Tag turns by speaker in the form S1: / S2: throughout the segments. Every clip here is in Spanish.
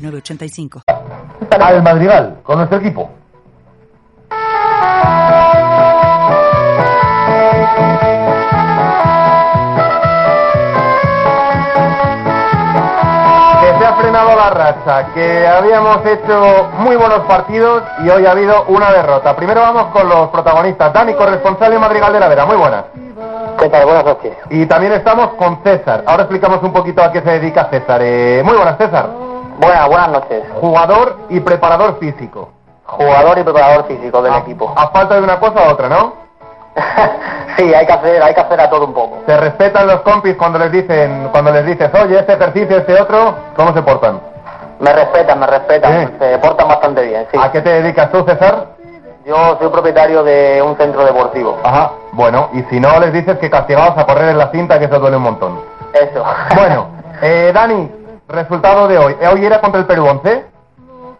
S1: 985.
S2: Al Madrigal, con nuestro equipo. Que se ha frenado la racha, que habíamos hecho muy buenos partidos y hoy ha habido una derrota. Primero vamos con los protagonistas. Dani, corresponsal de Madrigal de la Vera, muy buenas.
S3: ¿Qué tal? Buenas noches.
S2: Y también estamos con César. Ahora explicamos un poquito a qué se dedica César. Eh, muy buenas, César.
S3: Buenas, buenas noches.
S2: Jugador y preparador físico.
S3: Jugador y preparador físico
S2: Ah.
S3: del equipo.
S2: A falta de una cosa a otra, ¿no?
S3: sí, hay que hacer, hay que hacer a todo un poco.
S2: ¿Te respetan los compis cuando les dicen, cuando les dices, oye, este ejercicio, este otro? ¿Cómo se portan?
S3: Me respetan, me respetan,
S2: Sí.
S3: se portan bastante bien, sí.
S2: Eh. ¿A qué te dedicas tú, César?
S3: Yo soy propietario de un centro deportivo.
S2: Ajá. Bueno, y si no les dices que castigados a correr en la cinta, que eso duele un montón.
S3: Eso.
S2: Bueno, eh, Dani, resultado de hoy. Eh, Hoy era contra el Perú 11.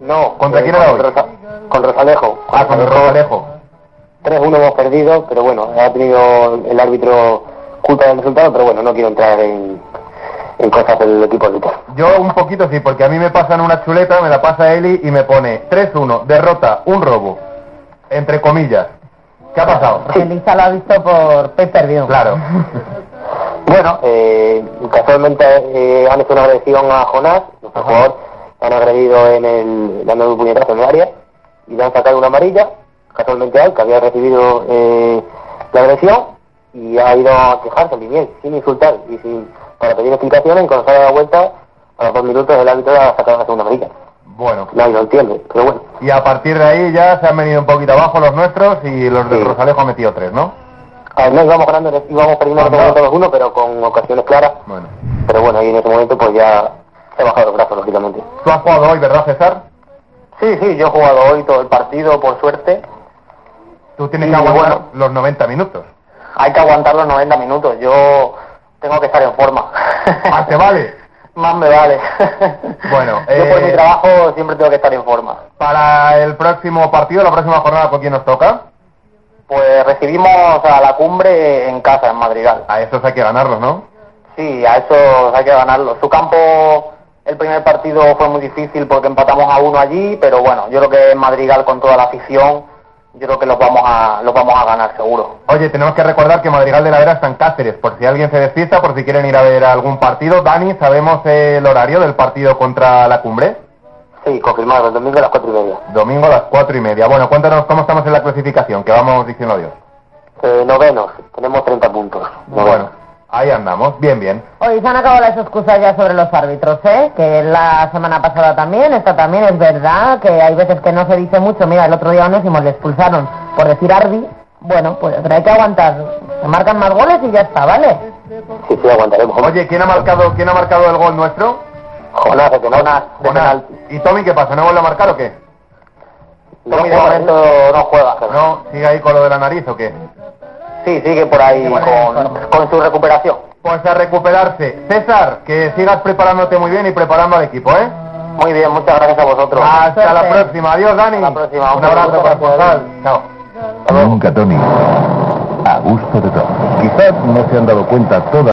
S3: no.
S2: ¿contra quién era
S3: Eh, con
S2: hoy?
S3: Rosa- con Rosalejo.
S2: Ah, con el Alejo.
S3: 3-1 hemos perdido, pero bueno, ha tenido el árbitro culpa del resultado, pero bueno, no quiero entrar en, en cosas del equipo Lucas.
S2: Yo un poquito sí, porque a mí me pasan una chuleta, me la pasa Eli y me pone 3-1, derrota, un robo. Entre comillas. ¿Qué ha pasado?
S4: Elisa lo ha visto por pay per view.
S2: Claro.
S3: Bueno, eh, casualmente eh, han hecho una agresión a Jonás, nuestro
S2: Ajá.
S3: jugador, le han agredido en el, dándole un puñetazo en el área y le han sacado una amarilla, casualmente a él, que había recibido eh, la agresión y ha ido a quejarse al bien, sin insultar y sin para pedir explicaciones, cuando se ha dado vuelta, a los dos minutos el árbitro le ha sacado la segunda amarilla.
S2: Bueno.
S3: Nadie lo entiende, pero bueno,
S2: Y a partir de ahí ya se han venido un poquito abajo los nuestros y los de
S3: Sí.
S2: Rosalejo han metido tres, ¿no?
S3: al menos íbamos ganando, íbamos perdiendo
S2: Ajá.
S3: con 2-1, pero con ocasiones claras,
S2: Bueno.
S3: pero bueno, ahí en ese momento pues ya se ha bajado los brazos, lógicamente.
S2: Tú has jugado hoy, ¿verdad, César?
S3: Sí, sí, yo he jugado hoy todo el partido, por suerte.
S2: Tú tienes
S3: Sí,
S2: que aguantar
S3: bueno.
S2: los 90 minutos.
S3: Hay que aguantar los 90 minutos, yo tengo que estar en forma.
S2: Ah, te vale.
S3: Más me vale.
S2: Bueno,
S3: yo por
S2: eh,
S3: mi trabajo siempre tengo que estar en forma.
S2: Para el próximo partido, la próxima jornada, ¿con quién nos toca?
S3: Pues recibimos a la cumbre en casa, en Madrigal.
S2: A esos hay que ganarlos, ¿no?
S3: Sí, a eso hay que ganarlo. Su campo, el primer partido fue muy difícil porque empatamos a uno allí, pero bueno, yo creo que en Madrigal con toda la afición, yo creo que los vamos a, los vamos a ganar seguro.
S2: Oye, tenemos que recordar que Madrigal de la Vera está en Cáceres, por si alguien se despista, por si quieren ir a ver algún partido. Dani, ¿sabemos el horario del partido contra la cumbre?
S3: Sí, confirmado, el domingo a las cuatro y media.
S2: Domingo a las cuatro y media. Bueno, cuéntanos cómo estamos en la clasificación, que vamos diciendo adiós.
S3: Eh, novenos, tenemos 30 puntos.
S2: Bueno, ahí andamos, bien, bien.
S4: Oye, se han acabado las excusas ya sobre los árbitros, ¿eh? Que la semana pasada también, esta también, es verdad que hay veces que no se dice mucho. Mira, el otro día a Onésimo le expulsaron por decir Ardi. Bueno, pues pero hay que aguantar. Se marcan más goles y ya está, ¿vale?
S3: Sí, sí, aguantaremos.
S2: Oye, ¿quién ha marcado, quién ha marcado el gol nuestro?
S3: Jonás, de Jonás, de
S2: Jonás.
S3: penalti.
S2: ¿Y Tommy qué pasa? ¿No vuelve a marcar o qué?
S3: Tommy de este momento no juega. pero-
S2: ¿eh? ¿No? ¿Sigue ahí con lo de la nariz o qué?
S3: Sí, sigue por ahí con, con su recuperación.
S2: Pues a recuperarse. César, que sigas preparándote muy bien y preparando al equipo, ¿eh?
S3: Muy bien, muchas gracias a vosotros.
S2: Hasta la
S4: Suerte.
S2: próxima. Adiós, Dani.
S3: Hasta la próxima.
S2: Un abrazo,
S3: Muchas gracias,
S2: corresponsal. Chao.
S5: Nunca Tony. A gusto de todos. Quizás no se han dado cuenta todas.